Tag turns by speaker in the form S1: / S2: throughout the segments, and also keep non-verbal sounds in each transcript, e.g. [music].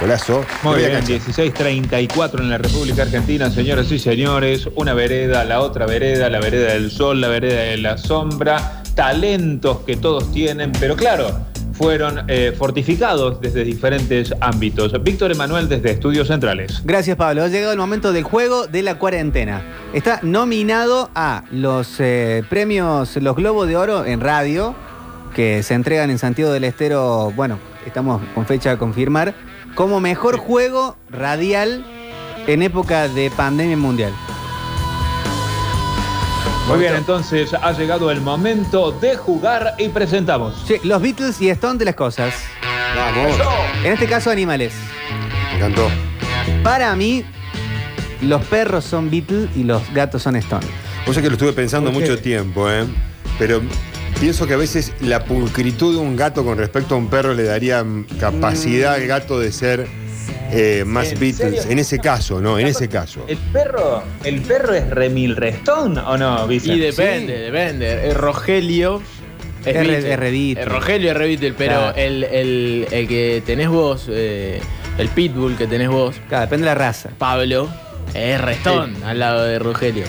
S1: Golazo.
S2: Muy
S1: Media
S2: bien,
S1: cancha.
S2: 16.34 en la República Argentina, señoras y señores. Una vereda, la otra vereda, la vereda del sol, la vereda de la sombra. Talentos que todos tienen, pero claro, fueron eh, fortificados desde diferentes ámbitos. Víctor Emanuel desde Estudios Centrales.
S3: Gracias, Pablo. Ha llegado el momento del juego de la cuarentena. Está nominado a los eh, premios, los Globos de Oro en radio, que se entregan en Santiago del Estero, bueno, estamos con fecha a confirmar, como mejor juego radial en época de pandemia mundial.
S2: Muy bien, entonces ha llegado el momento de jugar y presentamos.
S3: Che, los Beatles y Stone de las cosas.
S1: Vamos.
S3: En este caso, animales.
S1: Me encantó.
S3: Para mí, los perros son Beatles y los gatos son Stone.
S1: Vos sabés que lo estuve pensando
S2: ¿Por qué?
S1: mucho tiempo, ¿eh? Pero pienso que a veces la pulcritud de un gato con respecto a un perro le daría mm, capacidad al gato de ser eh, más
S2: ¿En
S1: Beatles.
S2: serio?
S1: En ese caso, ¿no? En ese caso.
S2: ¿El perro, el perro es Remil Restón o no, Vicente?
S4: Y depende, depende. El Rogelio. Es
S3: Es re-
S4: Beatle.
S3: es re Beatle.
S4: El Rogelio es re Beatle, pero
S3: Claro.
S4: el, el- el que tenés vos, eh, el Pitbull que tenés vos,
S3: Claro, depende de la raza.
S4: Pablo, es Restón al lado de Rogelio.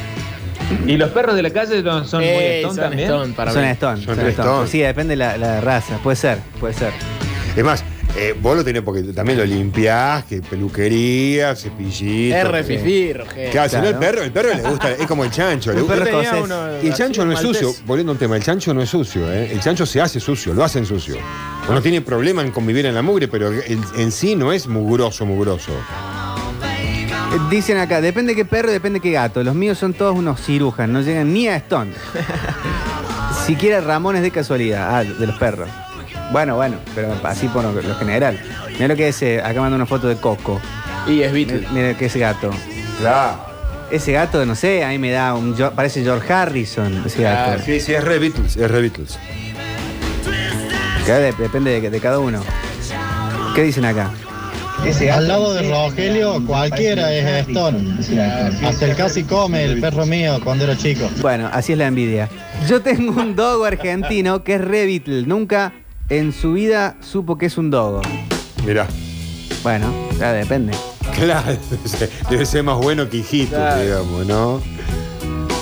S2: ¿Y los perros de la calle no son muy
S4: Eh,
S2: Restón
S4: son
S2: también?
S4: Stone para
S3: son
S4: mí.
S3: Stone.
S1: Son
S3: Son Stone.
S1: Stone.
S3: Sí, depende de la, la raza. Puede ser, puede ser.
S1: Es más, eh, vos lo tenés porque también lo limpiás, que peluquería, cepillito.
S4: Es re
S1: que-
S4: fifí, Rogelio.
S1: Claro, si no el
S3: Claro.
S1: perro, el perro le gusta, es como el chancho. le
S3: Un
S1: gusta-
S3: perro
S4: tenía
S3: escocés.
S4: uno
S1: Y el
S4: así,
S1: chancho no es
S4: maltés.
S1: sucio, volviendo a un tema, el chancho no es sucio, ¿eh? el chancho se hace sucio, lo hacen sucio. Uno tiene problema en convivir en la mugre, pero el- en sí no es mugroso, mugroso.
S3: Eh, Dicen acá, depende qué perro, depende qué gato. Los míos son todos unos cirujanos, no llegan ni a
S4: [laughs]
S3: Stone. Siquiera Ramón es de casualidad, ah, de los perros. Bueno, bueno, pero así por lo, lo general. Mira lo que es, eh, acá manda una foto de Coco.
S4: Y es Beatle.
S3: Mira que ese gato.
S1: Claro.
S3: Ese gato, no sé, a mí me da un. Jo- Parece George Harrison, ese gato.
S4: Claro,
S1: Sí, sí, es re Beatles, es re Beatles.
S3: Claro, de- depende de, de cada uno. ¿Qué dicen acá?
S5: Al lado de Rogelio, cualquiera es Stone. Hasta el casi come el perro mío cuando era chico.
S3: Bueno, así es la envidia. Yo tengo un dogo argentino que es re Beatle. Nunca en su vida supo que es un dogo.
S1: Mirá,
S3: Bueno, ya depende.
S1: claro, debe ser más bueno que hijito,
S4: Claro.
S1: digamos, ¿no?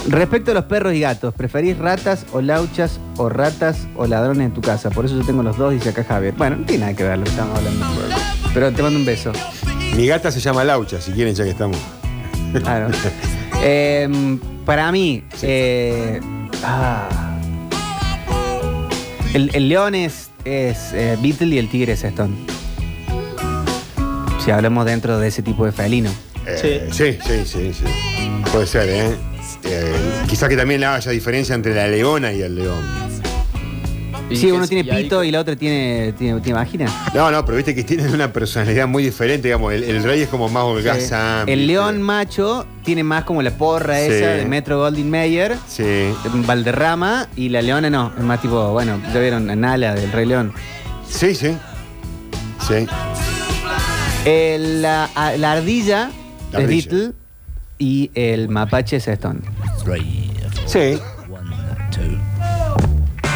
S3: Respecto a los perros y gatos, ¿preferís ratas o lauchas o ratas o ladrones en tu casa? Por eso yo tengo los dos, dice acá Javier. Bueno, no tiene nada que ver lo que estamos hablando. Pero te mando un beso.
S1: Mi gata se llama Laucha, si quieren, ya que estamos.
S3: Claro. Eh, para mí, eh, ah. el, el león es, es eh, Beatle y el tigre es Stone. Si hablamos dentro de ese tipo de felino.
S1: Eh, sí, sí, sí, sí. Puede ser, ¿eh? eh quizás que también haya diferencia entre la leona y el león.
S4: Y
S3: Sí,
S4: que
S3: uno
S4: es-
S3: tiene
S4: y ahí-
S3: pito y la otra tiene, tiene, ¿te imaginas?
S1: No, no, pero viste que tienen una personalidad muy diferente, digamos. El, el rey es como más holgazán.
S3: Eh, El
S1: ¿viste?
S3: león macho tiene más como la porra
S1: Sí.
S3: esa de Metro Goldwyn Mayer,
S1: Sí,
S3: Valderrama, y la leona no. Es más tipo, bueno, ya vieron a Nala del Rey León.
S1: sí, sí. Sí.
S3: El- la, a- la ardilla
S1: La
S3: es
S1: ardilla.
S3: Beatle y el mapache es Stone.
S1: Sí.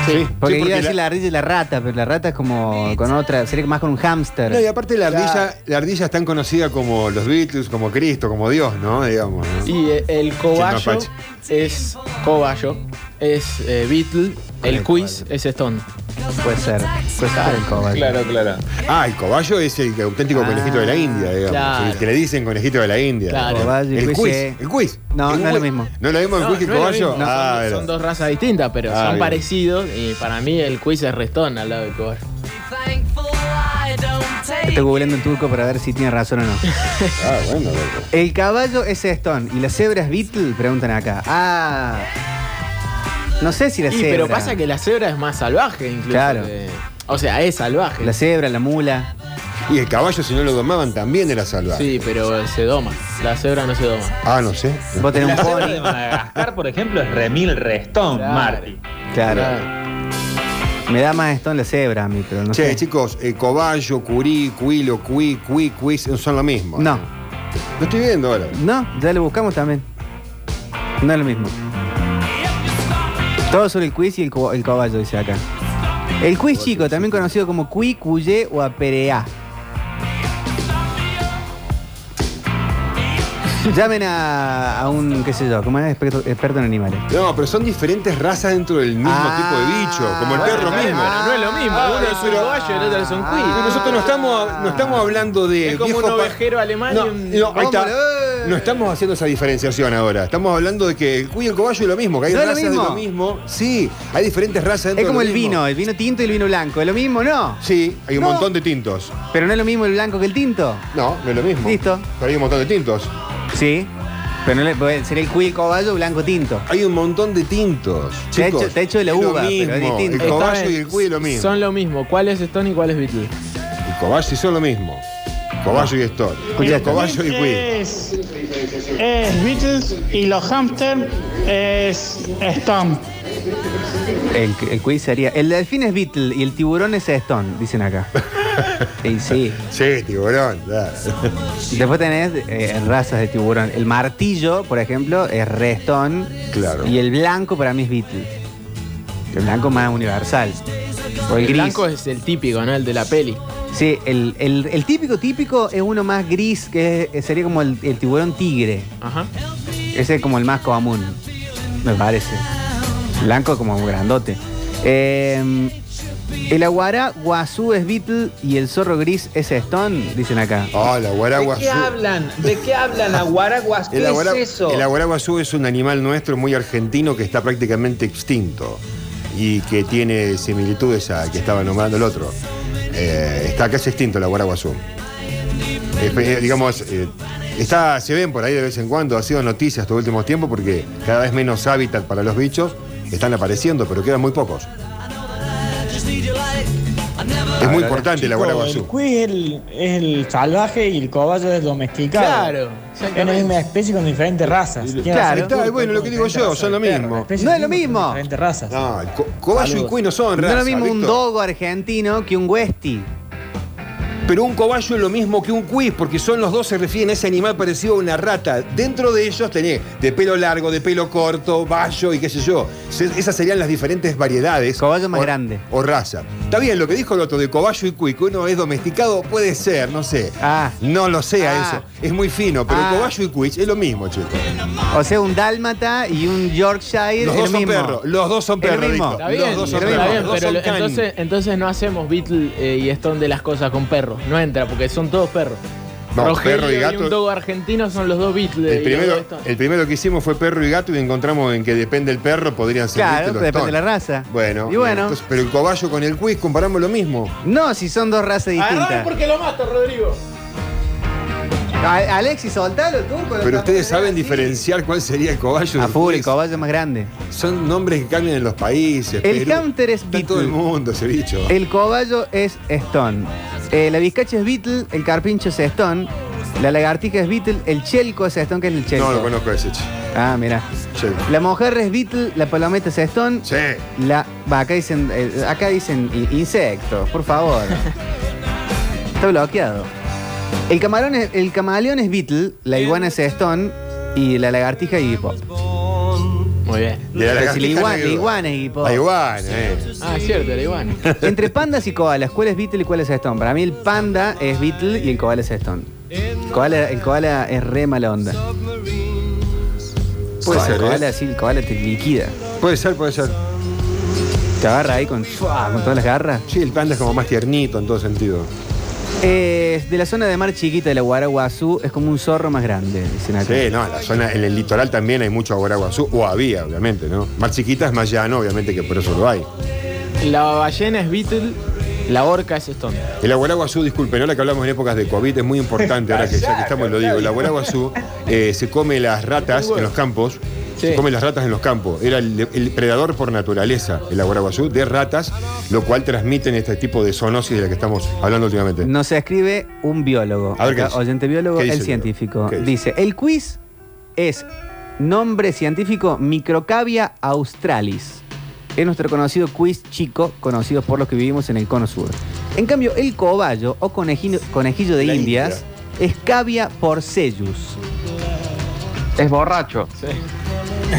S1: Sí,
S3: Porque
S1: sí,
S3: iba a
S1: la-
S3: decir la... ardilla y la rata, pero la rata es como con otra, sería más con un hámster.
S1: No, y aparte la ardilla, la ardilla es tan conocida como los Beatles, como Cristo, como Dios, ¿no? Digamos. ¿no?
S4: Y eh, el cobayo
S1: mapache.
S4: es cobayo, es eh, Beatle, el quiz es Stone.
S3: Puede ser. Puede ser el cobayo.
S2: Claro, claro.
S1: Ah, el cobayo es el auténtico
S3: Ah,
S1: conejito de la India, digamos.
S4: claro.
S1: El que le dicen conejito de la India.
S4: Claro.
S3: Cobayo y
S1: El
S3: quiz,
S1: quiz,
S3: eh.
S1: el quiz.
S3: No,
S1: El
S3: no es lo
S1: quiz.
S3: mismo.
S1: ¿No es lo mismo el
S4: No,
S1: quiz que
S4: no
S1: el
S4: es lo
S1: cobayo?
S4: mismo.
S1: Ah,
S4: son,
S1: era.
S4: son dos razas distintas, pero
S1: Ah,
S4: son
S1: bien.
S4: parecidos. Y para mí el quiz es restón al lado del cobayo.
S3: Estoy googleando en turco para ver si tiene razón o no.
S1: Ah, bueno, loco.
S3: El caballo es Stone y la cebra es Beatle, preguntan acá. Ah. No sé si la
S4: Y,
S3: cebra.
S4: pero pasa que la cebra es más salvaje, incluso.
S3: Claro.
S4: que- o sea, es salvaje.
S3: La cebra, la mula.
S1: Y el caballo, si no lo domaban, también era salvaje.
S4: sí, pero se doma. La cebra no se doma.
S1: Ah, no sé.
S3: Vos tenés
S2: La
S3: un
S2: cebra de
S3: pony.
S2: Madagascar, por ejemplo, es Remil Restón,
S4: Claro.
S2: Marty.
S4: Ah.
S3: Claro. Me da más Stone la cebra a mí, pero no
S1: Che,
S3: sé.
S1: chicos, eh, cobayo, curí, cuilo, cuí, cuí, cuis, son lo mismo.
S3: No,
S1: Lo estoy viendo ahora.
S3: no, ya lo buscamos también. No es lo mismo. Todo sobre el quiz y el, co- el caballo, dice acá. El quiz chico, también conocido como cui, cuye o apereá. Llamen a, a un, qué sé yo, como es experto, experto en animales.
S1: No, pero son diferentes razas dentro del mismo
S3: Ah.
S1: tipo de bicho, como el perro
S4: Bueno,
S1: mismo.
S4: pero no es lo mismo.
S1: Ah,
S4: uno es
S1: pero-
S4: uruguayo y el otro es un
S3: Ah.
S4: cuy.
S1: Pero nosotros no estamos, no estamos hablando de
S4: es como
S1: viejo
S4: un
S1: pa-
S4: ovejero alemán
S1: No,
S4: y un.
S1: no, ahí está.
S3: ¡Hombre! eh.
S1: No estamos haciendo esa diferenciación ahora. Estamos hablando de que el cuy y el cobayo es lo mismo, que hay
S3: ¿No es lo
S1: razas de lo
S3: mismo?
S1: mismo. Sí, hay diferentes razas dentro
S3: Es como
S1: de
S3: el
S1: lo mismo.
S3: vino, el vino tinto y el vino blanco. ¿Es lo mismo? No.
S1: Sí, hay un
S3: No.
S1: montón de tintos.
S3: Pero no es lo mismo el blanco que el tinto.
S1: No, no es lo mismo.
S3: Listo.
S1: Pero hay un montón de tintos.
S3: Sí. Pero no le, puede- sería el cuy, el cobayo, blanco, tinto.
S1: Hay un montón de tintos.
S3: Te ha
S1: chicos.
S3: hecho- te ha hecho de la
S1: Es lo
S3: uva, pero es
S1: mismo.
S3: distinto.
S1: El
S4: Está
S1: cobayo
S4: bien,
S1: y el cuy es lo mismo.
S4: Son lo mismo. ¿Cuál es Stone y cuál es Beatle?
S1: El cobayo y son lo mismo. Cobayo y Stone.
S3: Escuchá
S1: El
S3: esto.
S1: cobayo y cuy.
S6: Es, es Beatles y los hamsters es Stomp.
S3: El, el cuy sería. El delfín es Beetle y el tiburón es Stone, dicen [laughs] acá. Y sí.
S1: Sí, tiburón. da.
S3: Después tenés eh, razas de tiburón. El martillo, por ejemplo, es restón.
S1: Claro.
S3: Y el blanco para mí es Beetle. El blanco más universal. O el,
S4: El
S3: gris.
S4: blanco es el típico, ¿no? El de la peli.
S3: Sí, el, el- el típico típico es uno más gris, que es- sería como el, el tiburón tigre.
S4: Ajá.
S3: Ese es como el más común, me parece. Blanco como un grandote. Eh, el aguará guazú es Beetle y el zorro gris es Stone, dicen acá.
S1: Ah, la guaragua
S2: ¿De qué
S1: azul.
S2: hablan? ¿De qué hablan? ¿Aguaraguas? ¿Qué
S1: El, aguara-
S2: es eso?
S1: el aguaraguazú es un animal nuestro muy argentino que está prácticamente extinto y que tiene similitudes a que estaba nombrando el otro. Eh, está casi extinto el aguaraguazú. Eh, eh, digamos, eh, está, se ven por ahí de vez en cuando, ha sido noticia estos últimos tiempos porque cada vez menos hábitat para los bichos están apareciendo, pero quedan muy pocos.
S3: Ah,
S1: Es muy importante el
S6: El
S1: aguaraguazú.
S6: cuy es el, es el salvaje y el cobayo es domesticado.
S4: Claro,
S6: Es la
S4: exactamente.
S6: misma especie con diferentes razas. Tiene
S3: Claro.
S6: razas de
S1: Está,
S6: pulpo,
S1: bueno, lo que digo yo,
S6: diferentes
S1: son lo
S6: razas de perro,
S1: mismo.
S6: la especie
S3: No es lo
S6: misma,
S3: mismo.
S6: con Diferentes razas.
S1: No, el co- cobayo y
S6: Saludos.
S1: cuy no son
S3: No
S1: Oh, raza,
S3: es lo mismo un
S1: Víctor.
S3: dogo argentino que un westie.
S1: Pero un cobayo es lo mismo que un quiz, porque son los dos se refieren a ese animal parecido a una rata. Dentro de ellos tenés de pelo largo, de pelo corto, bayo y qué sé yo. Se- esas serían las diferentes variedades.
S3: Cobayo más
S1: o-
S3: grande.
S1: O raza. Está bien, lo que dijo el otro de cobayo y cuy, que uno es domesticado, puede ser, no sé.
S3: Ah.
S1: No lo sea
S3: Ah.
S1: eso. Es muy fino, pero
S3: Ah.
S1: cobayo y cuy es lo mismo, chicos.
S3: O sea, un dálmata y un Yorkshire
S1: Los
S3: es
S1: dos
S3: lo
S1: son
S3: mismo.
S1: perros. Los dos son
S3: Es lo
S1: perros.
S3: mismo.
S1: Víctor.
S4: Está
S1: Los
S4: bien,
S1: dos son
S4: está
S1: perros,
S4: bien,
S1: los dos
S4: pero
S1: son
S4: lo-
S1: canis.
S4: entonces, entonces no hacemos Beatle eh, y Stone de las cosas con perros. No entra, porque son todos perros.
S1: No,
S4: Rogelio
S1: perro y gato-
S4: un dogo argentino son los dos Beatles.
S1: El primero, el primero que hicimos fue perro y gato y encontramos en que depende el perro, podrían ser
S3: Claro,
S1: Beatles o
S3: depende de
S1: Stones.
S3: la raza.
S1: Bueno,
S3: Y bueno.
S1: entonces, pero el cobayo con el quiz, comparamos lo mismo.
S3: No, si son dos razas distintas.
S4: lo mato, Rodrigo.
S3: A- Alexis, soltalo, tú.
S1: Pero ustedes saben diferenciar cuál sería el cobayo.
S3: A
S1: del
S3: full, el
S1: quiz.
S3: cobayo más grande.
S1: Son nombres que cambian en los países.
S3: El
S1: Perú.
S3: counter es
S1: Está en todo el
S3: Beatle.
S1: mundo ese bicho.
S3: El cobayo es Stone. Eh, la vizcacha es Beetle, el carpincho es Stone. La lagartija es Beetle, el chelco es Stone, que es el chelco.
S1: no lo conozco ese chico.
S3: Ah, mira. La mujer es Beetle, la palometa es Stone.
S1: Che,
S3: La, va, acá dicen, eh, acá dicen i- insectos,
S1: [laughs]
S3: por favor. Está bloqueado. El, camarón es- el camaleón es Beetle, la iguana es Stone y la lagartija es Hippo.
S4: Muy bien.
S1: Y la
S3: Pero si la
S1: lagartija
S3: igua-
S1: no
S3: la iguana es Hippo.
S1: La iguana, eh.
S4: Ah, es cierto, era igual.
S3: Entre pandas y koalas, ¿cuál es Beetle y cuál es Stone? Para mí el panda es Beetle y el koala es Stone. El koala, el koala es re mala onda.
S1: Puede
S3: Ah, el
S1: ser,
S3: koala,
S1: ¿eh?
S3: sí, el koala te liquida.
S1: Puede ser, puede ser.
S3: Te agarra ahí con, ¡fua! con todas las garras.
S1: Sí, el panda es como más tiernito en todo sentido.
S3: Eh, de la zona de mar chiquita de la Guaraguazú es como un zorro más grande, dicen acá.
S1: Sí, no, en la zona, en el litoral también hay mucho aguaraguazú, o había, obviamente, ¿no? Más chiquitas, más llano, obviamente, que por eso lo hay.
S4: La ballena es Beatle, la orca es Stone.
S1: El aguaraguazú, disculpen, ahora que hablamos en épocas de COVID, es muy importante, ahora que ya que estamos lo digo. El aguaraguazú eh, se come las ratas en los campos. Se
S4: Sí.
S1: come las ratas en los campos. Era el, el predador por naturaleza, el aguaraguazú, de ratas, lo cual transmiten este tipo de zoonosis de la que estamos hablando últimamente.
S3: Nos escribe un biólogo.
S1: A ver, ¿qué
S3: Acá,
S1: dice?
S3: oyente biólogo,
S1: ¿Qué
S3: el
S1: dice el
S3: científico.
S1: biólogo? ¿Qué dice?
S3: Dice, el quiz es nombre científico Microcavia australis. Es nuestro conocido quiz chico, conocido por los que vivimos en el cono sur. En cambio, el cobayo o conejino- conejillo de
S1: La
S3: indias es cavia porcellus.
S7: Es borracho.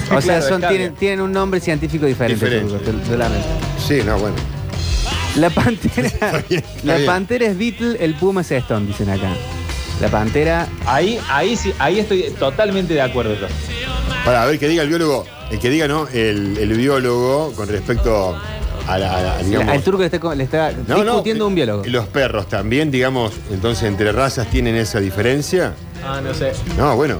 S3: O sea,
S2: Claro,
S3: son-
S2: es
S3: tienen,
S2: cavia.
S3: tienen un nombre científico diferente.
S1: Diferente.
S3: seguro, te- te lamento.
S1: Sí, no, bueno.
S3: La pantera,
S1: bien, [laughs] está
S3: la
S1: bien.
S3: pantera es Beatle, el puma es Stone, dicen acá. La pantera.
S2: Ahí, ahí sí, ahí estoy totalmente de acuerdo yo.
S1: Para, a ver, que diga el biólogo, el que diga, ¿no? El, el biólogo con respecto a la. a la- digamos-
S3: Al turco le está, co- le está
S1: No, no,
S3: discutiendo un biólogo.
S1: Los perros también, digamos, entonces entre razas tienen esa diferencia.
S4: Ah, no sé.
S1: No, bueno,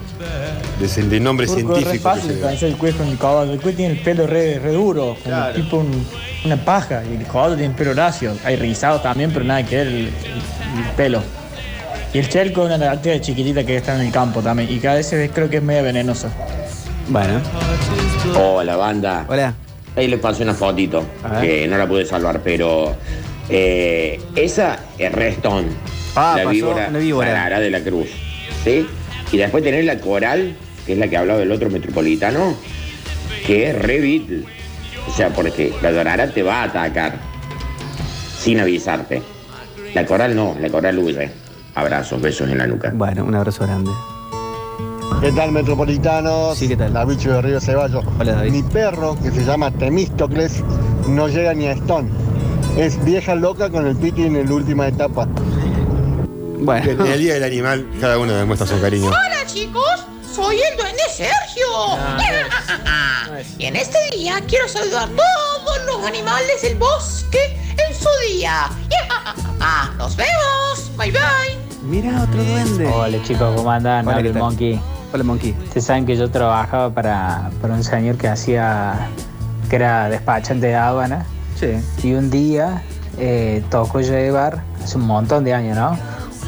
S1: desde el nombre
S8: Turco, es re
S1: científico. que se
S8: fácil
S1: le da.
S8: parecer el cuello con el caballo. El cuello tiene el pelo re, re duro, como
S1: Claro.
S8: tipo un- una paja. Y el caballo tiene el pelo lacio. Hay rizado también, pero nada que ver el, el- el pelo. Y el chelco es una lagartija chiquitita que está en el campo también. Y que a veces creo que es medio venenosa.
S3: Bueno,
S9: Hola, Oh, banda.
S3: hola.
S9: Ahí le pasé una fotito
S3: A ver.
S9: que no la pude salvar, pero eh, esa es Reston,
S3: Ah,
S9: la
S3: pasó
S9: víbora,
S3: la víbora.
S9: sagrada de la cruz. ¿sí? Y después tenés la coral, que es la que hablaba el otro metropolitano, que es re Beatle. O sea, porque la dorara te va a atacar sin avisarte. La coral no, la coral huye. Abrazos, besos en la nuca.
S3: Bueno, un abrazo grande.
S5: ¿Qué tal, metropolitanos?
S3: Sí, ¿qué tal?
S5: La bicho de Río Ceballos.
S3: Hola, David.
S5: Mi perro, que se llama Temístocles, no llega ni a Stone. Es vieja loca con el piti en la última etapa.
S1: En
S3: Bueno,
S1: el día del animal, cada uno demuestra su cariño.
S10: Hola chicos, soy el duende Sergio. Y en este día quiero saludar a todos los animales del bosque en su día. [laughs] Ah, Nos vemos. Bye bye.
S3: mira otro duende.
S8: Hola chicos, ¿cómo andan?
S3: Hola, ¿qué
S8: Hablo
S3: tal?
S8: Monkey.
S3: Hola, Monkey.
S8: Ustedes saben que yo trabajaba para, para un señor que hacía, que era despachante de aduana.
S3: Sí.
S8: Y un día eh, tocó llevar, hace un montón de años, ¿no?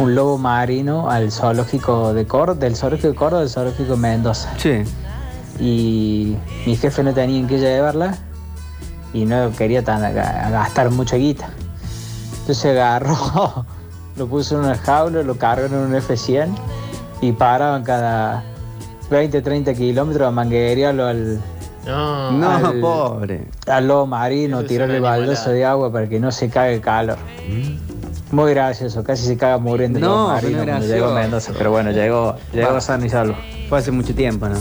S8: Un lobo marino al zoológico de Córdoba, del zoológico de Córdoba, del zoológico de Mendoza.
S3: Sí.
S8: Y mi jefe no tenía en qué llevarla y no quería tan- ga- gastar mucha guita. Entonces agarró, [laughs] lo puso en una jaula, lo cargó en un F100 y paraban cada 20, 30 kilómetros a manguerearlo al,
S4: No.
S3: No,
S8: al-
S3: pobre.
S8: al lobo marino,
S4: Eso es
S8: tirarle
S4: una
S8: baldoso
S4: animalada.
S8: de agua para que no se cague el calor. Muy gracioso, casi se caga muriendo el
S3: No,
S8: lobo
S3: pero
S8: marino
S3: no
S8: cuando
S3: gracioso.
S8: llegó a Mendoza, pero bueno, llegó, llegó
S3: Va.
S8: sano y salvo.
S3: Fue hace mucho tiempo, ¿no?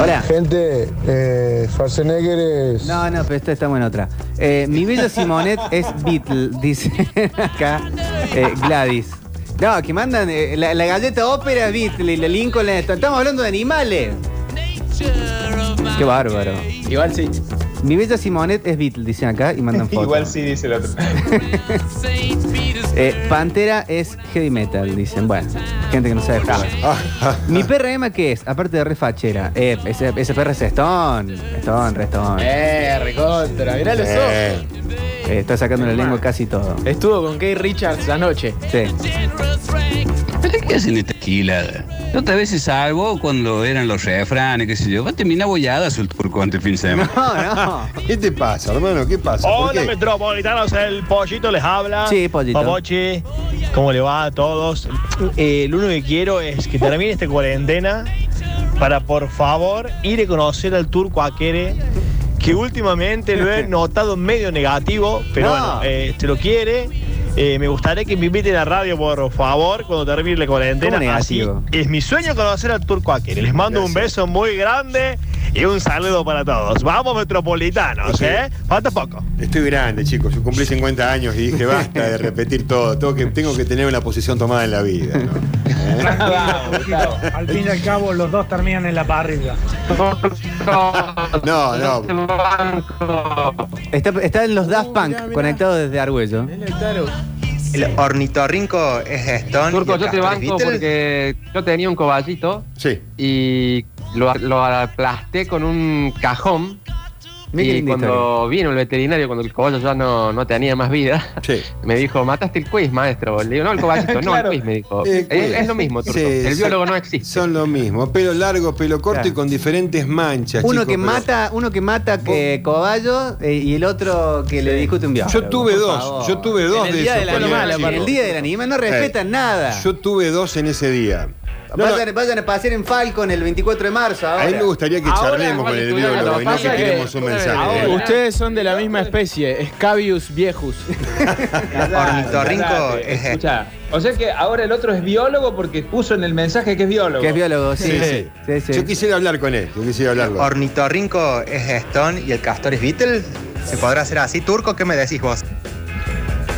S3: Hola.
S5: Gente, eh, Schwarzenegger es... [laughs]
S3: No, no, pero esta estamos en otra. Eh, mi bella Simonet es Beatle, dice [laughs] acá eh, Gladys. No, que mandan eh, la, la galleta ópera es Beatle y la Lincoln es- Estamos hablando de animales. Qué bárbaro.
S4: Igual sí.
S3: Mi bella Simonet es Beatle, dicen acá y
S2: [laughs]
S3: mandan fotos.
S2: Igual sí dice el otro.
S3: Eh, Pantera es heavy metal, dicen. Bueno, gente que no sabe jugar. Mi
S2: Ah.
S3: perra Emma, ¿qué es? Aparte de refachera. Eh, ese, ese perro es Stone. Stone, Restón.
S4: Eh, recontra. Mirá los ojos.
S1: Eh,
S3: está sacando la lengua casi todo.
S4: Estuvo con Kay Richards anoche.
S3: Sí. [laughs]
S7: ¿Pero qué hacen esta gilada? La otra vez se salvó cuando eran los refranes, qué sé yo. Va a terminar bollada su turco ante el fin de semana.
S3: No, no.
S1: ¿Qué te pasa, hermano? ¿Qué pasa? ¿Por
S10: Hola
S1: qué?
S10: metropolitanos, el pollito les habla.
S3: Sí, pollito.
S10: Papochi, ¿cómo le va a todos? Eh, lo único que quiero es que termine esta cuarentena para por favor ir a conocer al turco Aquere, que últimamente lo
S3: [laughs]
S10: he notado medio negativo, pero
S3: No.
S10: bueno, eh, se lo quiere. Eh, me gustaría que me inviten a radio, por favor, cuando termine la
S3: ¿Cómo
S10: cuarentena. Así
S3: negativo?
S10: es mi sueño conocer al turco Aquere. Les mando un beso muy grande y un saludo para todos. Vamos, metropolitanos, ¿eh? Falta poco.
S1: Estoy grande, chicos. Yo cumplí 50 años y
S8: [laughs]
S1: dije, basta de repetir todo. Tengo que, tengo que tener una posición tomada en la vida. ¿no?
S8: Al fin y al cabo, los dos terminan en la parrilla.
S1: No, no.
S3: Está, está en los Daft Punk, conectados desde Argüello.
S5: El ornitorrinco es Stone.
S7: Turco, yo te banco porque yo tenía un coballito
S1: Sí.
S7: y lo, lo aplasté con un cajón.
S3: Mira qué
S7: y
S3: linda
S7: cuando vino el veterinario, cuando el coballo ya no, no tenía más vida,
S1: Sí.
S7: me dijo, mataste el quiz, maestro. Le digo, no, el coballito, no, el
S2: Claro.
S7: quiz, me dijo.
S1: Eh,
S7: es,
S1: quiz.
S7: es lo mismo, Turco.
S1: Sí,
S7: el
S1: sí.
S7: biólogo no existe.
S1: Son lo mismo. Pelo largo, pelo corto
S3: Claro.
S1: y con diferentes manchas.
S3: Uno
S1: chicos,
S3: que
S1: pero-
S3: mata, uno que mata que coballo eh, y el otro que le discute un biólogo.
S1: Yo tuve
S3: Por
S1: dos.
S3: favor.
S1: Yo tuve dos
S4: En el
S1: de
S4: día
S1: esos.
S4: de la
S1: cuando era
S4: animal,
S1: chico.
S3: En el día del animal no respetan nada.
S1: Yo tuve dos en ese día. No, no,
S3: vayan, vayan a pasear en Falcon el 24 de marzo ahora.
S1: a mí me gustaría que
S7: Ahora,
S1: charlemos con
S7: igual,
S1: el
S7: estudiar,
S1: biólogo
S7: lo
S1: y no que
S4: pasa que-
S1: tiremos un mensaje.
S4: Ahora.
S1: ¿eh?
S4: Ustedes son de la misma especie, Scabius viejus. [laughs]
S5: Ornitorrinco
S2: Cállate,
S5: es-
S2: Escuchá, o sea que ahora el otro es biólogo porque puso en el mensaje que es biólogo.
S3: Que es biólogo, sí.
S1: Sí, sí.
S3: sí, sí.
S1: Yo quisiera hablar con él. Yo quisiera hablarlo.
S5: Ornitorrinco es Stone y el castor es Beatle. ¿Se podrá hacer así? Turco, ¿qué me decís vos?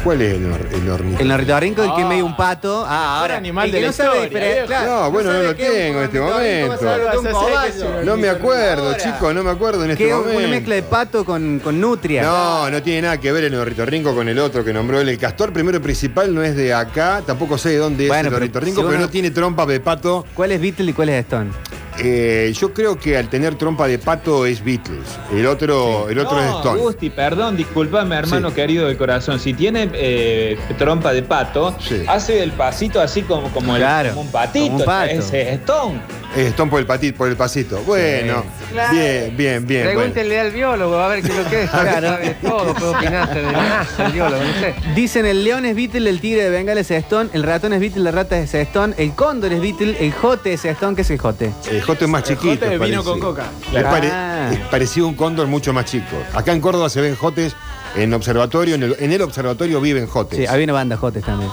S1: ¿Cuál es el, nor- el ornitorrinco?
S3: El ornitorrinco, el que es medio un pato. Ah, ahora.
S4: animal
S3: el que
S4: de la
S3: no sabe
S4: historia,
S3: diferen-
S4: viejo.
S3: claro,
S1: No, bueno, no
S3: sabe
S1: lo
S3: qué es un
S1: tengo en este
S3: ornitorrinco,
S1: momento.
S3: va a saber que es un
S4: Vas a saber
S3: cobayo.
S4: que es un
S1: No me acuerdo,
S3: Ahora.
S1: chicos, no me acuerdo en
S3: Que
S1: este
S3: es una
S1: momento.
S3: mezcla de pato con, con nutria.
S1: No, no tiene nada que ver el ornitorrinco con el otro que nombró él. El castor primero y principal no es de acá, tampoco sé de dónde
S3: Bueno,
S1: es el
S3: pero
S1: ornitorrinco,
S3: si
S1: pero
S3: uno-
S1: no tiene trompas de pato.
S3: ¿Cuál es Beatle y cuál es Stone?
S1: Eh, yo creo que al tener trompa de pato es Beatles. El otro, el otro es
S2: No,
S1: Stone.
S2: Gusti, perdón, disculpame, hermano
S1: Sí.
S2: querido del corazón. Si tiene eh, trompa de pato,
S1: Sí.
S2: hace el pasito así como, como, el-
S3: Claro,
S2: como un patito.
S3: como un pato.
S2: Ese es Stone.
S1: Eh, Stone por el patito, por el pasito. Bueno, bien, bien, bien. Eh, bueno.
S11: al biólogo, a ver qué es lo que
S3: [laughs]
S11: es.
S3: Claro.
S11: Sabe todo, puede opinar del del biólogo, no sé.
S3: Dicen el león es Beatle, el tigre de Bengala es Stone, el ratón es Beatle, la rata es Stone, el cóndor es Beatle, el jote es Stone, ¿qué es el jote?
S1: El Joto es más chiquito.
S4: Jote vino
S1: parece.
S4: con coca.
S1: Es, pare-
S3: Ah.
S1: es parecido a un cóndor mucho más chico. Acá en Córdoba se ven Jotes en observatorio. En el, en el observatorio viven Jotes.
S3: Sí, había una banda Jotes también.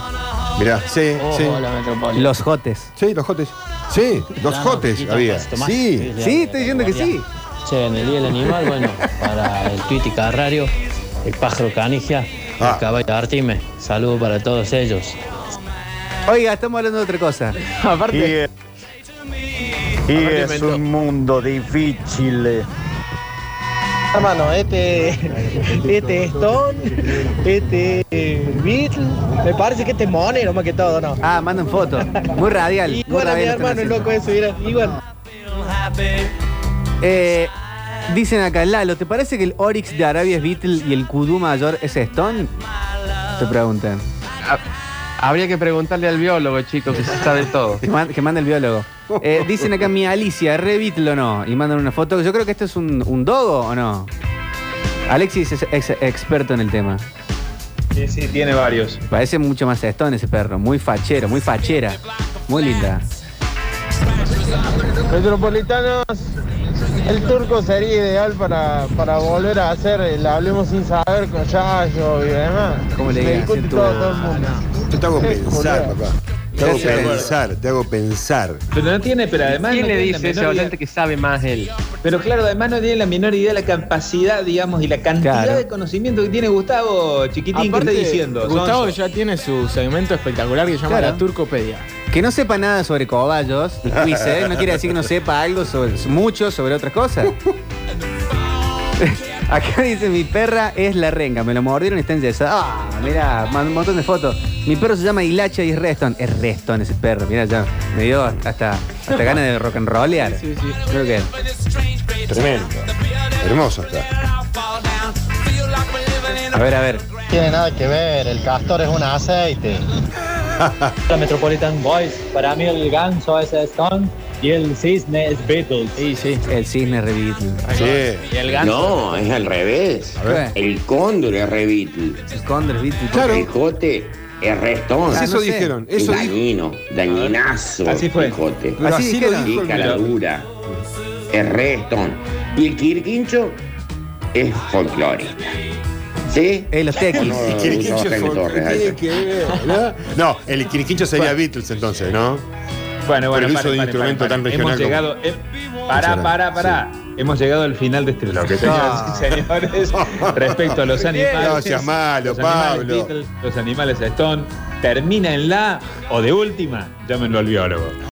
S1: Mirá, sí,
S11: Oh,
S1: sí.
S11: la metropolitana.
S3: Los Jotes.
S1: Sí, los Jotes. Sí, los Jotes había. Sí.
S3: Sí, estoy diciendo que sí.
S11: Che, en el día del animal, bueno, para el tuit y carrario, el pájaro canigia,
S1: Ah.
S11: el caballo artime. Saludos para todos ellos.
S3: Oiga, estamos hablando de otra cosa.
S10: Y, eh, y es un mundo difícil.
S5: Hermano, este, este Stone, este Beatle, me parece que este Money, nomás que todo, ¿no?
S3: Ah, mandan fotos. Muy radial. muy
S5: Igual a mi
S3: radial están
S5: hermano, el
S3: haciendo.
S5: loco eso, era igual.
S3: Eh, dicen acá, Lalo, ¿te parece que el Oryx de Arabia es Beatle y el Kudu mayor es Stone? Te preguntan.
S11: Ah, Habría que preguntarle al biólogo, chicos, que se sabe todo.
S3: Que man- que manda el biólogo. Eh, dicen acá mi Alicia, ¿re Beatle o no? Y mandan una foto. Yo creo que esto es un, un dogo o no. Alexis es ex- experto en el tema.
S2: Sí, sí, tiene varios.
S3: Parece mucho más Stone ese perro. Muy fachero, muy fachera. Muy linda.
S5: Metropolitanos, el turco sería ideal para, para volver a hacer el Hablemos sin saber con Yayo y demás.
S3: ¿Cómo le
S5: Me
S3: digas?
S5: discute
S3: Siento-
S5: todo, todo el mundo.
S1: Yo te hago
S5: Sí,
S1: pensar,
S5: boludo.
S1: papá. Te hago
S3: Sí, de acuerdo.
S1: pensar, te hago pensar.
S2: Pero no tiene, pero además.
S11: ¿Quién
S2: no
S11: le
S2: tiene la
S11: dice ese
S2: menor idea-
S11: oyente que sabe más él?
S2: Pero claro, además no tiene la menor idea de la capacidad, digamos, y la cantidad
S3: Claro.
S2: de conocimiento que tiene Gustavo Chiquitín. ¿Qué
S4: Aparte,
S2: está diciendo?
S4: Gustavo
S2: Sonso?
S4: ya tiene su segmento espectacular que se llama
S3: Claro.
S4: la Turcopedia.
S3: Que no sepa nada sobre cobayos y quizzes, no quiere decir que no sepa algo sobre, mucho sobre otras cosas. [laughs] Acá dice, mi perra es la renga, me lo mordieron y está enyesada. Ah, mirá, man- un montón de fotos. Mi perro se llama Hilacha y es Reston. Es Reston ese perro, mirá ya. Me dio hasta, hasta ganas de rock and rollear.
S4: Sí, sí.
S3: Creo que.
S1: Tremendo. Hermoso está.
S3: A ver, a ver.
S5: Tiene nada que ver, el castor es un aceite.
S8: La Metropolitan Boys, para mí el ganso es Stone y el cisne es Beatles.
S4: Sí, sí.
S3: El cisne revito.
S1: Sí.
S4: Y el ganso.
S9: No, es al revés.
S1: A ver.
S9: El cóndor es re Beatle.
S3: El cóndor, ¿viste?
S9: El jote es restón.
S3: Ah,
S1: Eso
S3: no sé.
S1: dijeron, eso dijo.
S9: dañino, dañinazo.
S2: Así fue.
S9: El jote.
S1: Pero
S3: Así
S1: así lo
S3: dijeron.
S9: Y
S1: dijo el
S9: caladura. Es restón. Y el quirquincho es folclore. ¿Sí?
S3: Eh, los tequis.
S9: No,
S1: El quiriquincho
S9: no, Jaime
S1: fue-
S9: Torres, ahí
S1: tiene
S9: está.
S1: que ver, ¿no? No, el quiriquincho sería Beatles entonces, ¿no?
S2: Bueno,
S1: Pero
S2: bueno,
S1: el uso
S2: paren,
S1: de un
S2: paren,
S1: instrumento
S2: paren,
S1: tan
S2: paren.
S1: regional
S2: Hemos llegado. eh, pará, pará, pará. Hemos llegado al final de este bloque, señoras
S3: No.
S2: y
S1: [laughs]
S2: [laughs] señores. Respecto a los animales.
S1: No seas malo,
S2: los animales
S1: Pablo.
S2: Beatles, los animales Stone. Termina en la o de última, llámenlo al biólogo.